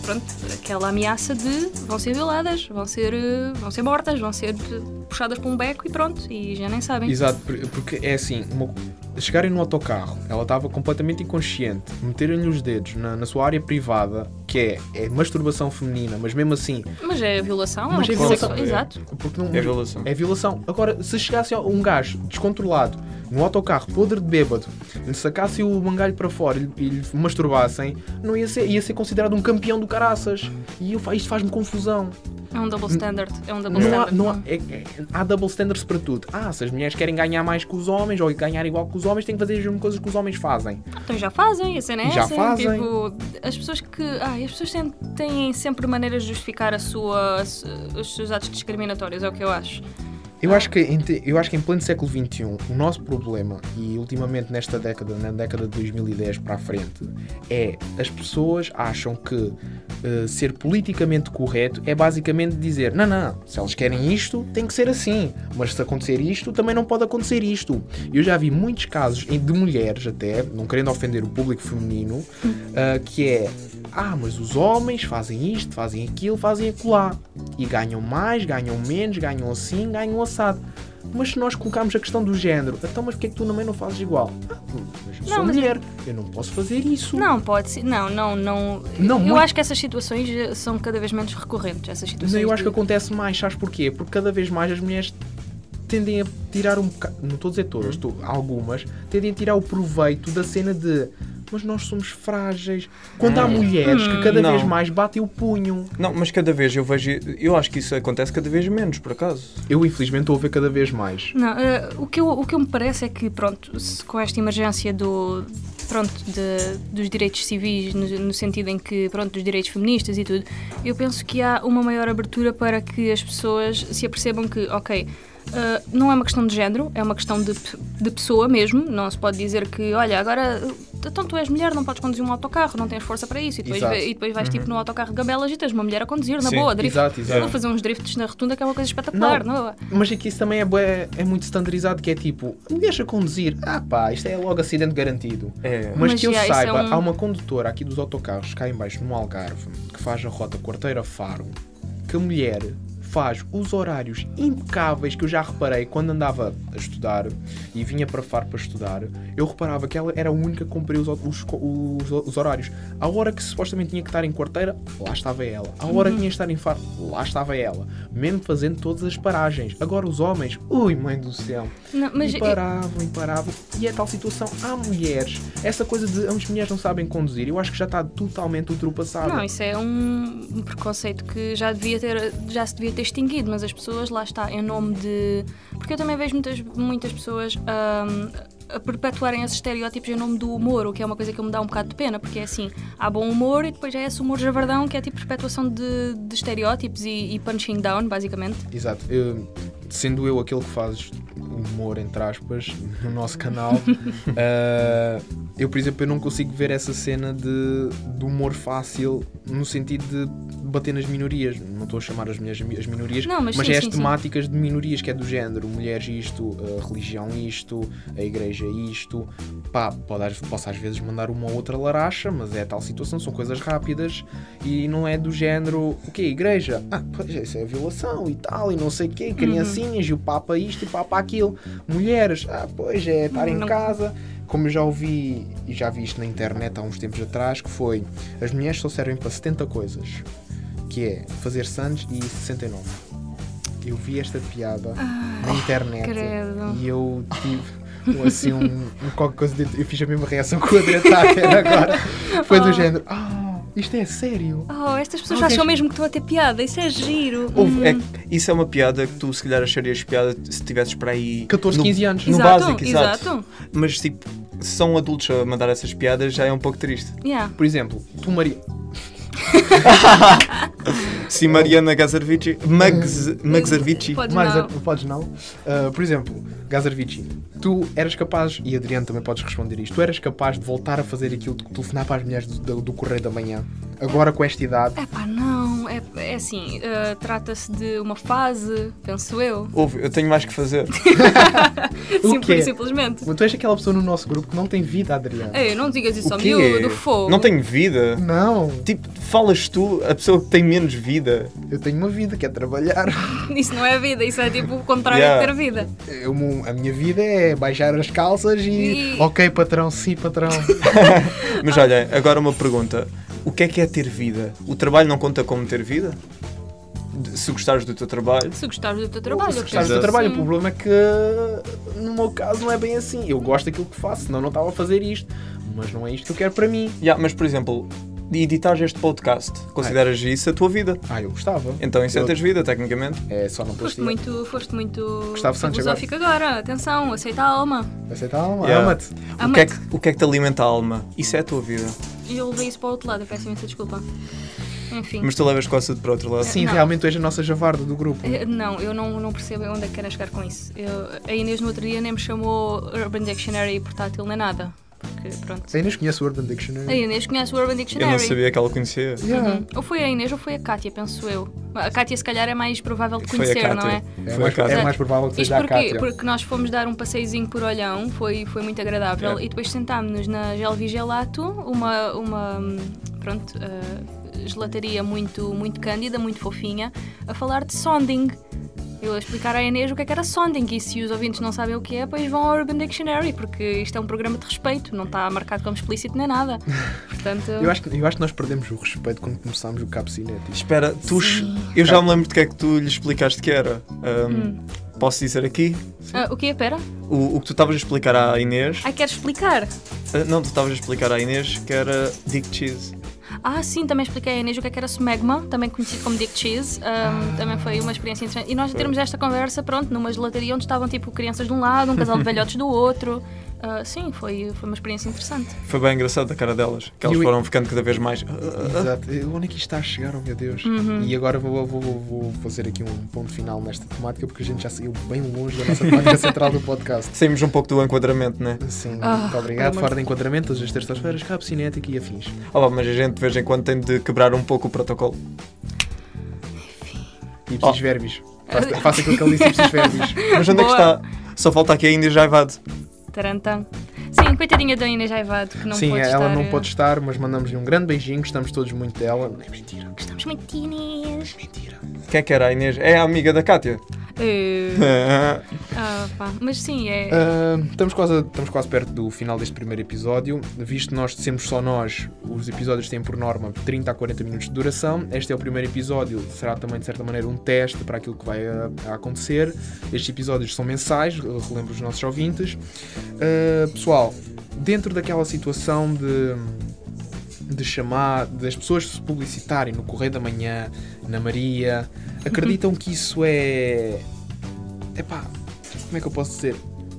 pronto, aquela ameaça de vão ser violadas, vão ser, eh, vão ser mortas, vão ser eh, puxadas para um beco e pronto, e já nem sabem. Exato, por- porque é assim, uma- chegarem no autocarro, ela estava completamente inconsciente, meterem-lhe os dedos na, na sua área privada, que é, é masturbação feminina, mas mesmo assim, Mas é violação, Mas é é uma coisa- violação. Exato. porque não, É violação. é violação. Agora, se chegasse um gajo descontrolado no autocarro, podre de bêbado, lhe sacasse o mangalho para fora e lhe- e lhe masturbassem, não ia ser, ia ser considerado um campeão do caraças. E eu, fa- isto faz-me confusão. É um double standard. É um Não double há, standard. não há, é- é- há double standards para tudo. Ah, se as mulheres querem ganhar mais que os homens ou ganhar igual que os homens, têm que fazer as mesmas coisas que os homens fazem. Então já fazem, a cena é Já essa. fazem. Tipo, as pessoas que. Ai, as pessoas têm, têm sempre maneiras de justificar a sua, a su- os seus atos discriminatórios, é o que eu acho. Eu acho, que, em te- eu acho que em pleno século XXI, o nosso problema, e ultimamente nesta década, na década de 2010 para a frente, é as pessoas acham que eh, ser politicamente correto é basicamente dizer: não, não, se elas querem isto, tem que ser assim, mas se acontecer isto, também não pode acontecer isto. Eu já vi muitos casos em- de mulheres, até, não querendo ofender o público feminino, ah, que é ah, mas os homens fazem isto, fazem aquilo, fazem acolá. E ganham mais, ganham menos, ganham assim, ganham assado. Mas se nós colocarmos a questão do género, então mas porque é que tu também não fazes igual? Ah, mas eu Não, sou mas- mulher, eu não posso fazer isso. Não, pode ser. Não, não, não. Não, eu muito- acho que essas situações eh, são cada vez menos recorrentes. Essas Mas situações. eu acho que de- acontece mais, sabes porquê? Porque cada vez mais as mulheres tendem a tirar um bocado, não estou a dizer todas, Uhum. estou, algumas, tendem a tirar o proveito da cena de mas nós somos frágeis. Quando Hum. há mulheres que cada Não. vez mais batem o punho. Não, mas cada vez eu vejo. Eu acho que isso acontece cada vez menos, por acaso. Eu infelizmente estou a ver cada vez mais. Não, eh, o, que eu, o que eu me parece é que, pronto, se com esta emergência do, pronto, de- dos direitos civis, no, no sentido em que, pronto, dos direitos feministas e tudo, eu penso que há uma maior abertura para que as pessoas se apercebam que, ok, eh, não é uma questão de género, é uma questão de, pe- de pessoa mesmo. Não se pode dizer que, olha, agora, então tu és mulher, não podes conduzir um autocarro, não tens força para isso. E depois, Exato. Uhum. e depois vais, tipo, no autocarro de Gabelas e tens uma mulher a conduzir, na Sim, boa, drift, exato, exato. a fazer uns drifts na rotunda, que é uma coisa espetacular, Não. na boa. Mas aqui isso também é, bué- é muito standardizado, que é tipo, me deixa conduzir. Ah pá, isto é logo acidente garantido. É. Mas, Mas que eu já, isso é saiba, um- há uma condutora aqui dos autocarros, cá em baixo, no Algarve, que faz a rota Quarteira-Faro, que a mulher faz os horários impecáveis que eu já reparei quando andava a estudar e vinha para Faro para estudar, eu reparava que ela era a única que cumpria os, os- os- os horários. A hora que supostamente tinha que estar em quarteira, lá estava ela. A hora que tinha que estar em Faro, lá estava ela. Mesmo fazendo todas as paragens. Agora os homens, ui mãe do céu Não, mas e paravam, e paravam. E é tal situação. Há mulheres. Essa coisa de as mulheres não sabem conduzir, eu acho que já está totalmente ultrapassada. Não, isso é um um preconceito que já devia ter, já se devia ter extinguido, mas as pessoas lá está em nome de, porque eu também vejo muitas muitas pessoas hum, a perpetuarem esses estereótipos em nome do humor, o que é uma coisa que me dá um bocado de pena, porque é assim, há bom humor e depois é esse humor javardão que é tipo perpetuação de, de estereótipos e, e punching down, basicamente. Exato. Eu, sendo <laughs> <laughs> eu aquele que faz humor, entre aspas, no nosso canal, ah, Eu, por exemplo, eu não consigo ver essa cena de, de humor fácil no sentido de bater nas minorias. Não estou a chamar as mulheres as minorias, Não, mas mas sim, é as sim, sim. temáticas de minorias, que é do género, mulheres isto, a religião isto, a igreja isto. Pá, pode, às- posso às vezes mandar uma ou outra laracha, mas é tal situação, são coisas rápidas e não é do género, o quê, igreja? Ah, pois isso é violação e tal, e não sei o quê, criancinhas, e o papa isto e o papa aquilo. Mulheres, ah, pois é, estar em Não. casa. Como eu já ouvi, e já vi isto na internet há uns tempos atrás, que foi, as mulheres só servem para 70 coisas, que é fazer sandes e 69. Eu vi esta piada na internet Ah, credo. e eu tive um, assim um, um qualquer coisa dentro. Eu fiz a mesma reação que o André está a ter <laughs> agora. Foi do género, ah, isto é sério. Oh, estas pessoas Ah, acham tens- mesmo que estão a ter piada, isso é giro. Ouve, Hum. é- isso é uma piada que tu se calhar acharias piada se tivesses para aí 14, no- 15 anos. no Exato, básico, exato. exato. Mas tipo, se são adultos a mandar essas piadas já é um pouco triste. Yeah. Por exemplo, tu Maria. Sim, Mariana Gazarvici. Mags, Magzarvici. Podes Mas não. podes não. Ah, por exemplo, Gazarvici, tu eras capaz, e Adriano também podes responder isto, tu eras capaz de voltar a fazer aquilo de telefonar para as mulheres do, do, do Correio da Manhã, agora com esta idade. É pá, não, é, é assim, eh, trata-se de uma fase, penso eu. Ouve, eu tenho mais que fazer. O Simples, quê? simplesmente. Tu és aquela pessoa no nosso grupo que não tem vida, Adriano. Ei, É, não digas isso O ao quê? miúdo, fogo. Não tenho vida. Não, Tipo, falas tu, a pessoa que tem menos vida. eu tenho uma vida, que é trabalhar. <laughs> Isso não é vida, isso é tipo o contrário Yeah. de ter vida. Eu- a minha vida é baixar as calças e. E- Ok, patrão, sim, patrão. Mas olha, agora uma pergunta. O que é que é ter vida? O trabalho não conta como ter vida? De- Se gostares do teu trabalho. Se gostares do teu <laughs> trabalho, Se eu gostares do penso teu trabalho, o assim. problema é que no meu caso não é bem assim. Eu gosto daquilo que faço, senão não estava a fazer isto. Mas não é isto que eu quero para mim. Yeah, mas, por exemplo, editar este podcast, consideras isso a tua vida? Ah, eu gostava. Então isso é Eu- teres vida, tecnicamente. É só não posto. assim. Foste muito, foste muito Gustavo Santos filosófico agora. Atenção, aceita a alma. Aceita a alma, Yeah. ama-te. O que, é Ama-te. que, o que é que te alimenta a alma? Isso é a tua vida. E eu levei isso para o outro lado, eu peço imensa desculpa. Enfim. Mas tu levas coça para o outro lado. Sim, Não. Assim, realmente tu és a nossa javarda do grupo. Eh, Não, eu não, não percebo onde é que querem chegar com isso. Eu- a Inês no outro dia nem me chamou Urban Dictionary portátil nem nada. Porque, pronto. Ainda conheço o Urban Dictionary. A Inês conhece o Urban Eu Dictionary. Uhum. não sabia Ah. que ela conhecia. Yeah. Ou foi a Inês ou foi a Kátia, penso eu. A Kátia, se calhar, é mais provável de Foi a conhecer, Kátia. não é? É, Foi mais, a Cátia. é mais provável que Isto seja a porquê? Cátia. Porque nós fomos dar um passeiozinho por Olhão, foi, foi muito agradável, É. e depois sentámos-nos na Gelvigelato, uma, uma hum, pronto, eh, gelataria muito, muito cândida, muito fofinha, a falar de sonding. Eu a explicar à Inês o que é que era sonding e se os ouvintes não sabem o que é, pois vão ao Urban Dictionary, porque isto é um programa de respeito, não está marcado como explícito nem nada. Portanto, Eu acho, que, eu acho que nós perdemos o respeito quando começámos o Capsinete. Espera, tu. Eu já me lembro do que é que tu lhe explicaste que era. Ahm, Hum. Posso dizer aqui? Ah, o que é? Pera? O, o que tu estavas a explicar à Inês. Ai, quero explicar. Ah, Não, tu estavas a explicar à Inês que era Dick Cheese. Ah, sim, também expliquei à Inês o que é que era smegma, também conhecido como Dick Cheese. Ahm, Também foi uma experiência interessante. E nós termos esta conversa, pronto, numa gelataria onde estavam tipo crianças de um lado, um casal de velhotes do outro. Ah, sim, foi, foi uma experiência interessante. Foi bem engraçado a cara delas, que elas E o- foram ficando cada vez mais. Ah, ah, ah. Exato. Onde é que isto está a chegar, oh meu Deus? Uhum. E agora vou, vou- vou- vou fazer aqui um ponto final nesta temática, porque a gente já saiu bem longe da nossa temática <laughs> central do podcast. Saímos um pouco do enquadramento, né? Sim, Ah, muito pelo obrigado. amor Fora de enquadramento, todas as terças-feiras, Cabo Cinética e afins. Ah, lá, mas a gente de vez em quando tem de quebrar um pouco o protocolo. E Oh. oh. verbis. Faça, faça aquilo que ele disse, ipsis verbis. Mas onde é que Boa. está? Só falta aqui a Inês Jaivado. Tarantã. Sim, coitadinha da Inês Aivado, que não Sim, pode ela estar... não eh, pode estar, mas mandamos-lhe um grande beijinho, gostamos todos muito dela. É mentira, Gostamos muito de Inês. mentira. Quem é que era a Inês? É a amiga da Kátia. <laughs> <laughs> Eh, Ah, ah, pá. Mas sim, é... Ah, estamos, quase, estamos quase perto do final deste primeiro episódio. Visto que nós sermos só nós, os episódios têm por norma 30 a 40 minutos de duração. Este é o primeiro episódio, será também de certa maneira um teste para aquilo que vai ah, a acontecer. Estes episódios são mensais, eu relembro os nossos ouvintes. Ah, pessoal, dentro daquela situação de de chamar, das pessoas se publicitarem no Correio da Manhã, na Maria, acreditam que isso é. Epá, como é que eu posso dizer?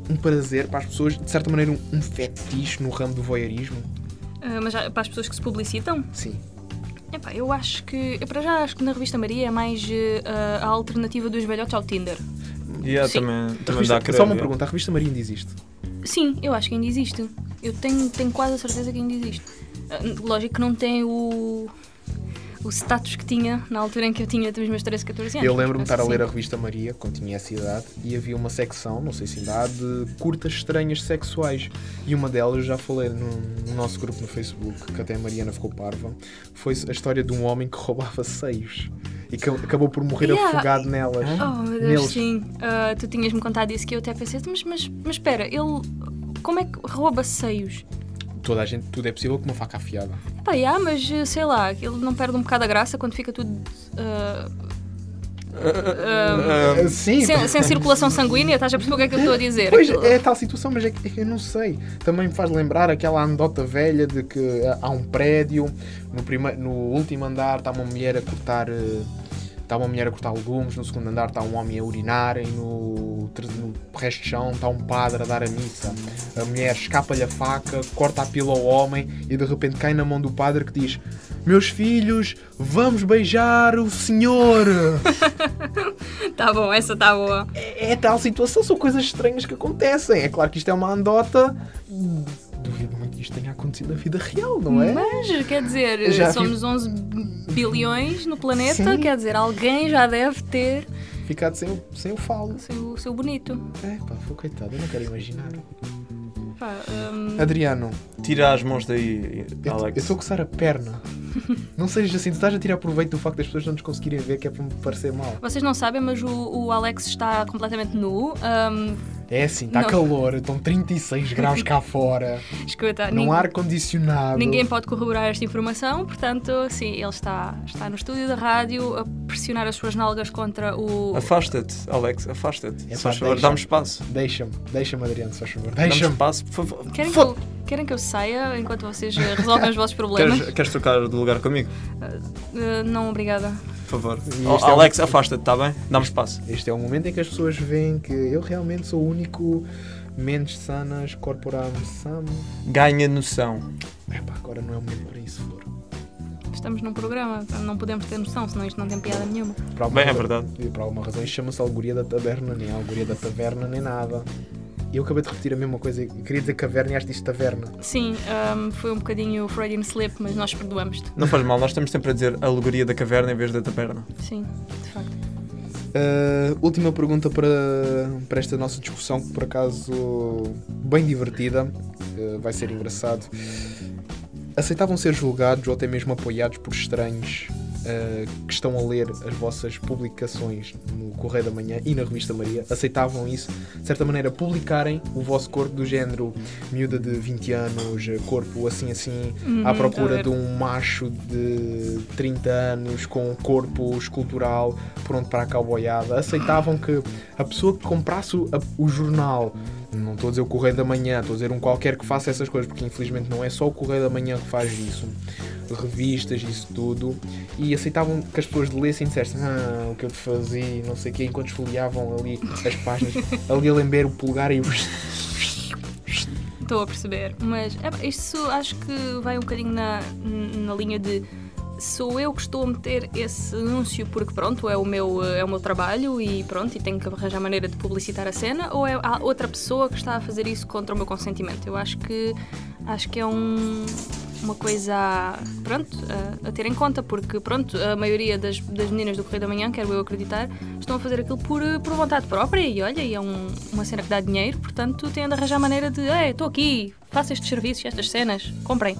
Um prazer para as pessoas, de certa maneira, um, um fetiche no ramo do voyeurismo? ah, mas ah, para as pessoas que se publicitam, Sim. Epá, eu acho que... Eu para já acho que na revista Maria é mais eh, ah, a alternativa dos velhotes ao Tinder. yeah, Sim. também, A também dá a revista, crer. Então, só uma yeah. pergunta: a revista Maria ainda existe? Sim, eu acho que ainda existe. Eu tenho, tenho quase a certeza que ainda existe. Uh, Lógico que não tem o, o status que tinha na altura em que eu tinha os meus 13, 14 anos. Eu lembro-me de mas estar a penso ler a assim, revista Maria, quando tinha essa idade, e havia uma secção, não sei se ainda há, de curtas estranhas sexuais. E uma delas, eu já falei no, no nosso grupo no Facebook, que até a Mariana ficou parva, foi a história de um homem que roubava seios e que acabou por morrer Yeah. afogado nelas. Oh meu Deus, Neles. sim. Ah, tu tinhas-me contado isso que eu até pensei, mas, mas, mas espera, ele como é que rouba seios? Toda a gente, tudo é possível com uma faca afiada. Pá, yeah, mas eh, sei lá, ele não perde um bocado a graça quando fica tudo ah, Ah, Sim, sem, sem circulação sanguínea, estás a perceber o que é que eu estou a dizer? Pois, Aquilo- é tal situação, mas é que é que eu não sei. Também me faz lembrar aquela anedota velha de que ah, há um prédio, no, prime... no último andar está uma mulher a cortar. eh, Está uma mulher a cortar legumes, no segundo andar está um homem a urinar e no, ter- no resto de chão está um padre a dar a missa. A mulher escapa-lhe a faca, corta a pila ao homem e de repente cai na mão do padre que diz: Meus filhos, vamos beijar o senhor! Tá bom, essa tá boa. é tal situação, são coisas estranhas que acontecem. É claro que isto é uma anedota. Duvido muito que isto tenha acontecido na vida real, não é? Mas, quer dizer, Já vi- somos 11 bilhões no planeta, Sim. quer dizer, alguém já deve ter Ficado sem, o- sem o falo. o seu, o seu bonito. É, pá, foi coitado, eu não quero imaginar. Pá, hum, Adriano, Tira as mãos daí, eu, eu Alex. estou a coçar a perna. não sejas assim, tu estás a tirar proveito do facto das pessoas não nos conseguirem ver, que é para me parecer mal. vocês não sabem, mas o, o Alex está completamente nu. Hum, É assim, está Não. calor, estão 36 graus cá <laughs> fora, escuta, não nin- há ar-condicionado. Tá ninguém pode corroborar esta informação, portanto, sim, ele está, está no estúdio da rádio a pressionar as suas nalgas contra o. Afasta-te, Alex, afasta-te. É Se pá, faz favor, deixa. Dá-me espaço. Deixa-me, deixa-me, Adriano, se faz favor. Dá-me Deixa-me. espaço, por favor. Querem que, Foda- eu, querem que eu saia enquanto vocês eh, resolvem os vossos problemas? Queres, queres trocar de lugar comigo? Eh, não, obrigada. Por favor. E Oh, este é um- Alex, afasta-te, está bem? Dá-me espaço. Este é o momento em que as pessoas veem que eu realmente sou o único menos sanas corporam sam. Ganha noção. Epá, agora não é o momento para isso, Flor. Estamos num programa, não podemos ter noção, senão isto não tem piada nenhuma. Por alguma Bem, é razão- verdade. e Por alguma razão isto chama-se Algoria da Taverna, nem é Algoria da Taverna, nem nada. Eu acabei de repetir a mesma coisa. Eu queria dizer caverna e acho que disse taverna. Sim, ahm, foi um bocadinho Freudian slip, mas nós perdoamos-te. Não faz mal, nós estamos sempre a dizer a alegoria da caverna em vez da taberna. Sim, de facto. Ah, última pergunta para, para esta nossa discussão, que por acaso bem divertida, ah, vai ser engraçado. Aceitavam ser julgados ou até mesmo apoiados por estranhos ah, que estão a ler as vossas publicações no Correio da Manhã e na Revista Maria? Aceitavam isso? De certa maneira, publicarem o vosso corpo do género miúda de 20 anos, corpo assim assim, à Uhum, a procura ver. de um macho de 30 anos com um corpo escultural pronto para a cowboyada, aceitavam que a pessoa que comprasse o, a- o jornal, não estou a dizer o Correio da Manhã, estou a dizer um qualquer que faça essas coisas, porque infelizmente não é só o Correio da Manhã que faz isso, revistas, isso tudo, e aceitavam que as pessoas lessem e dissessem ah, o que eu te fazia, não sei o quê, enquanto esfoliavam ali as páginas, ali a lamber o polegar e os... <laughs> Estou a perceber. Mas é pá, isso acho que vai um bocadinho na, na linha de sou eu que estou a meter esse anúncio porque pronto, é o meu, eh, é o meu trabalho e pronto, e tenho que arranjar maneira de publicitar a cena, ou é a outra pessoa que está a fazer isso contra o meu consentimento? Eu acho que acho que é um- uma coisa a- pronto, a, a ter em conta, porque pronto, a maioria das, das meninas do Correio da Manhã, quero eu acreditar, estão a fazer aquilo por, eh, por vontade própria e olha, e é um- uma cena que dá dinheiro, portanto têm de arranjar maneira de ei, estou aqui, faço estes serviços, estas cenas, comprem.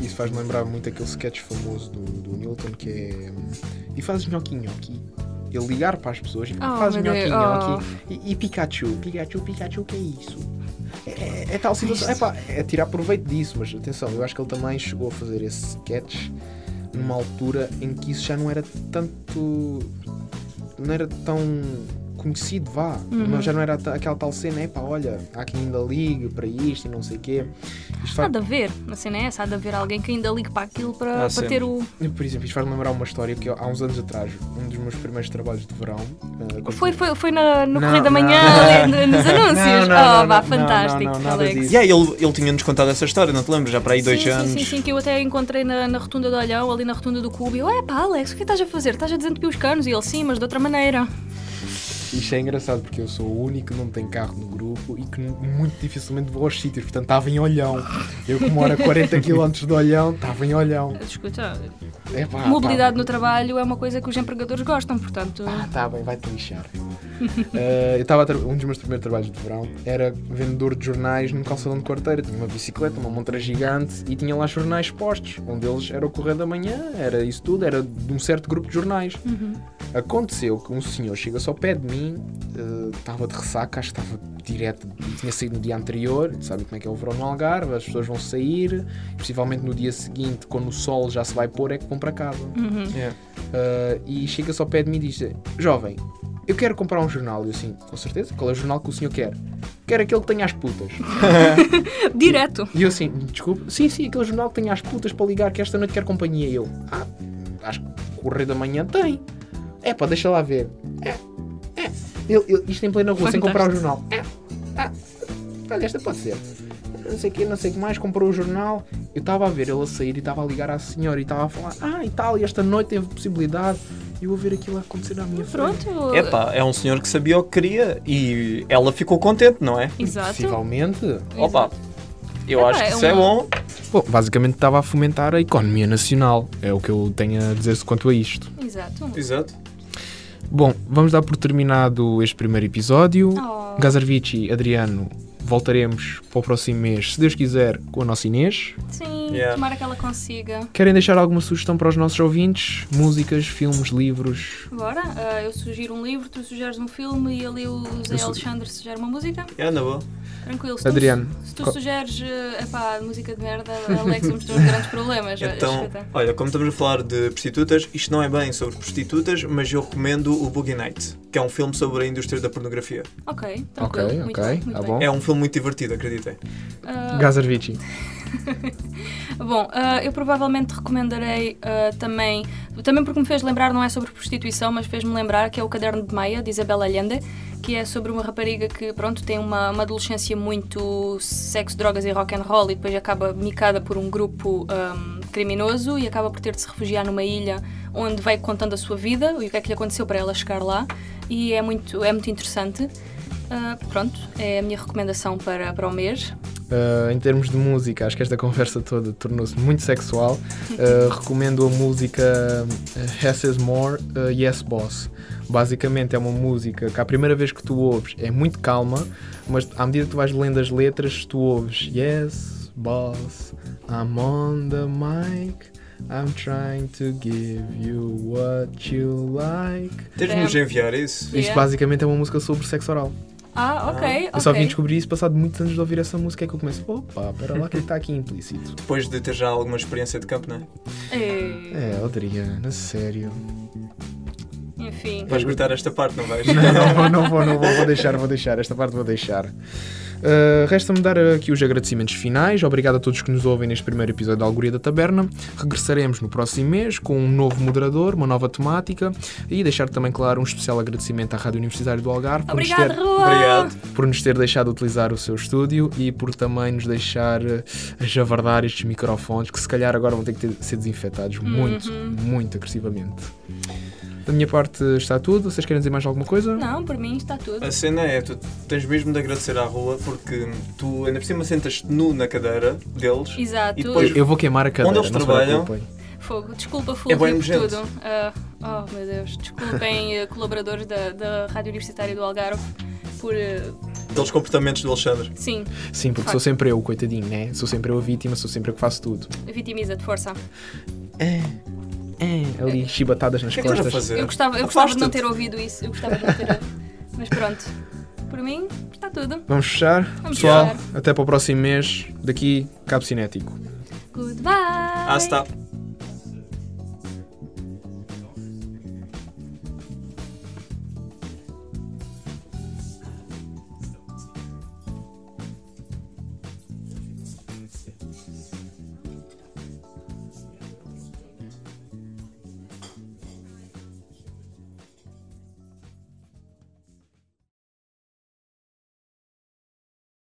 Isso faz-me lembrar muito aquele sketch famoso do, do Newton que é. hum, E fazes nhoqui nhoqui. Ele ligar para as pessoas e Oh, fazes meu nhoqui Deus, oh. nhoqui. E, e Pikachu, Pikachu, Pikachu, o que é isso? É, é- é tal situação. É, pá, é tirar proveito disso, mas atenção, eu acho que ele também chegou a fazer esse sketch numa altura em que isso já não era tanto. não era tão conhecido, vá. Uhum. Não, já não era ta- aquela tal cena, é pá, olha, há quem ainda ligue para isto e não sei o quê. Isto Há faz- de haver, a cena é essa, há de haver alguém que ainda ligue para aquilo Há para, para sempre. ter o. Por exemplo, isto faz-me lembrar uma história que eu, há uns anos atrás, um dos meus primeiros trabalhos de verão. eh, quando- Foi, foi, foi na, no Não, Correio da não. Manhã, ali, <laughs> nos Não, anúncios. não, oh, não, não, vá, fantástico, não, não, nada Alex. disso. E aí, ele, ele tinha-nos contado essa história, não te lembras? Já para aí dois sim, anos. Sim, sim, sim, que eu até encontrei na, na rotunda do Olhão, ali na é rotunda do Cubo. E eu, é pá, Alex, o que estás a fazer? Estás a desentupir os canos? E ele, sim, mas de outra maneira. Isto é engraçado porque eu sou o único que não tem carro no grupo e que muito dificilmente vou aos sítios. Portanto, estava em Olhão. Eu que moro a <laughs> 40 km de Olhão, estava em Olhão. Escuta, É pá, mobilidade pá. no trabalho é uma coisa que os empregadores gostam, portanto. Ah, tá bem, vai-te lixar. <laughs> Eh, eu estava a tra- um dos meus primeiros trabalhos de verão era vendedor de jornais num calçadão de quarteira. Tinha uma bicicleta, uma montra gigante e tinha lá os jornais postos. Um deles era o Correio da Manhã, era isso tudo, era de um certo grupo de jornais. Aconteceu que um senhor chega-se ao pé de mim, eh, estava de ressaca, acho que estava direto, tinha saído no dia anterior, sabe como é que é o verão no Algarve, as pessoas vão sair, possivelmente no dia seguinte, quando o sol já se vai pôr, é que vão para casa. Yeah. Uh, e chega-se ao pé de mim e diz: Jovem, eu quero comprar um jornal. E eu assim, com certeza, qual é o jornal que o senhor quer? Quero aquele que tenha as putas. Direto! E eu assim, desculpe, sim, sim, aquele jornal que tenha as putas para ligar, que esta noite quer companhia. E eu, ah, acho que o Correio da Manhã tem. É pá, deixa lá ver. É, é. Eu, eu- isto em plena rua, sem comprar o jornal. É, ah, olha, esta pode ser. Não sei o que, não sei o que mais, comprou o jornal. Eu estava a ver ele a sair e estava a ligar à senhora e estava a falar, ah, e tal, e esta noite teve possibilidade. E eu a ver aquilo a acontecer à minha frente. Pronto! Epá, é um senhor que sabia o que queria e ela ficou contente, não é? Exato! Possivelmente. Opa, Exato. eu Epá, acho que é isso é uma- bom. Bom, basicamente estava a fomentar a economia nacional. É o que eu tenho a dizer quanto a isto. Exato! Exato. Bom, vamos dar por terminado este primeiro episódio. Oh. Gazarvici, Adriano, voltaremos para o próximo mês, se Deus quiser, com a nossa Inês. Sim, Yeah. tomara que ela consiga. Querem deixar alguma sugestão para os nossos ouvintes? Músicas, filmes, livros? Agora, ah, eu sugiro um livro, tu sugeres um filme e ali o Zé Eu su- Alexandre sugere uma música. É, na boa. Tranquilo. Se tu- Adriano, se tu co- sugeres, eh, epá, música de merda, Alex, vamos ter uns grandes <laughs> problemas. olha, Então, escuta. olha, como estamos a falar de prostitutas, isto não é bem sobre prostitutas, mas eu recomendo o Boogie Night, que é um filme sobre a indústria da pornografia. Ok, tranquilo. Ok, muito ok, bem, muito tá bem. bom. É um filme muito divertido, acreditem. Ah, Gazarvici. Bom, ah, eu provavelmente recomendarei ah, também, também porque me fez lembrar, não é sobre prostituição, mas fez-me lembrar que é o Caderno de Maia, de Isabel Allende, que é sobre uma rapariga que, pronto, tem uma, uma adolescência muito sexo, drogas e rock and roll e depois acaba micada por um grupo ahm, criminoso e acaba por ter de se refugiar numa ilha onde vai contando a sua vida e o que é que lhe aconteceu para ela chegar lá e é muito, é muito interessante. Ah, pronto, é a minha recomendação para, para o mês. Uh, em termos de música, acho que esta conversa toda tornou-se muito sexual. Uh, recomendo a música uh, Hess is More, uh, Yes Boss. Basicamente é uma música que a primeira vez que tu ouves é muito calma, mas à medida que tu vais lendo as letras, tu ouves Yes Boss, I'm on the mic. I'm trying to give you what you like. Tens É. de nos enviar isso? Isto Yeah. basicamente é uma música sobre sexo oral. Ah, ok, ok. Eu só vim descobrir isso passado muitos anos de ouvir essa música é que eu começo, opa, pera lá que está aqui implícito. Depois de ter já alguma experiência de campo, não é? Ei. É, Adriana, sério. Enfim. É. Vais cortar esta parte, não vais? Não vou, não vou, não vou, vou deixar, vou deixar. Esta parte vou deixar. Uh, Resta-me dar aqui os agradecimentos finais. Obrigado a todos que nos ouvem neste primeiro episódio da Algoria da Taberna. Regressaremos no próximo mês com um novo moderador, uma nova temática e deixar também, claro, um especial agradecimento à Rádio Universitária do Algarve é por nos Obrigada, ter- Rua! <laughs> é Obrigado. por nos ter deixado utilizar o seu estúdio e por também nos deixar eh, javardar estes microfones que se calhar agora vão ter que ter- ser desinfetados muito, Uhum. muito agressivamente. Da minha parte está tudo. Vocês querem dizer mais alguma coisa? Não, por mim está tudo. A cena é, tu tens mesmo de agradecer à rua porque tu ainda por cima sentas-te nu na cadeira deles. Exato. E depois- Eu- Eu vou queimar a cadeira, Onde eles não se trabalham? preocupem. Fogo. Desculpa, Fulvio, bué por nojento. tudo. Ah, oh, meu Deus. <laughs> Desculpem, eh, colaboradores da, da Rádio Universitária do Algarve, por. eh, Aqueles comportamentos do Alexandre. sim, Sim, porque sou sempre eu, coitadinho, né? Sou sempre eu a vítima, sou sempre eu que faço tudo. vitimiza de força. É, ali chibatadas nas O que é que estás a costas. fazer? Eu gostava, eu gostava de não Afaste-te. ter ouvido isso. Eu gostava de não ter ouvido. Mas pronto. Por mim, está tudo. Vamos fechar? Vamos Pessoal, fechar. até para o próximo mês. Daqui, Cabo Cinético. Goodbye! Ah, está.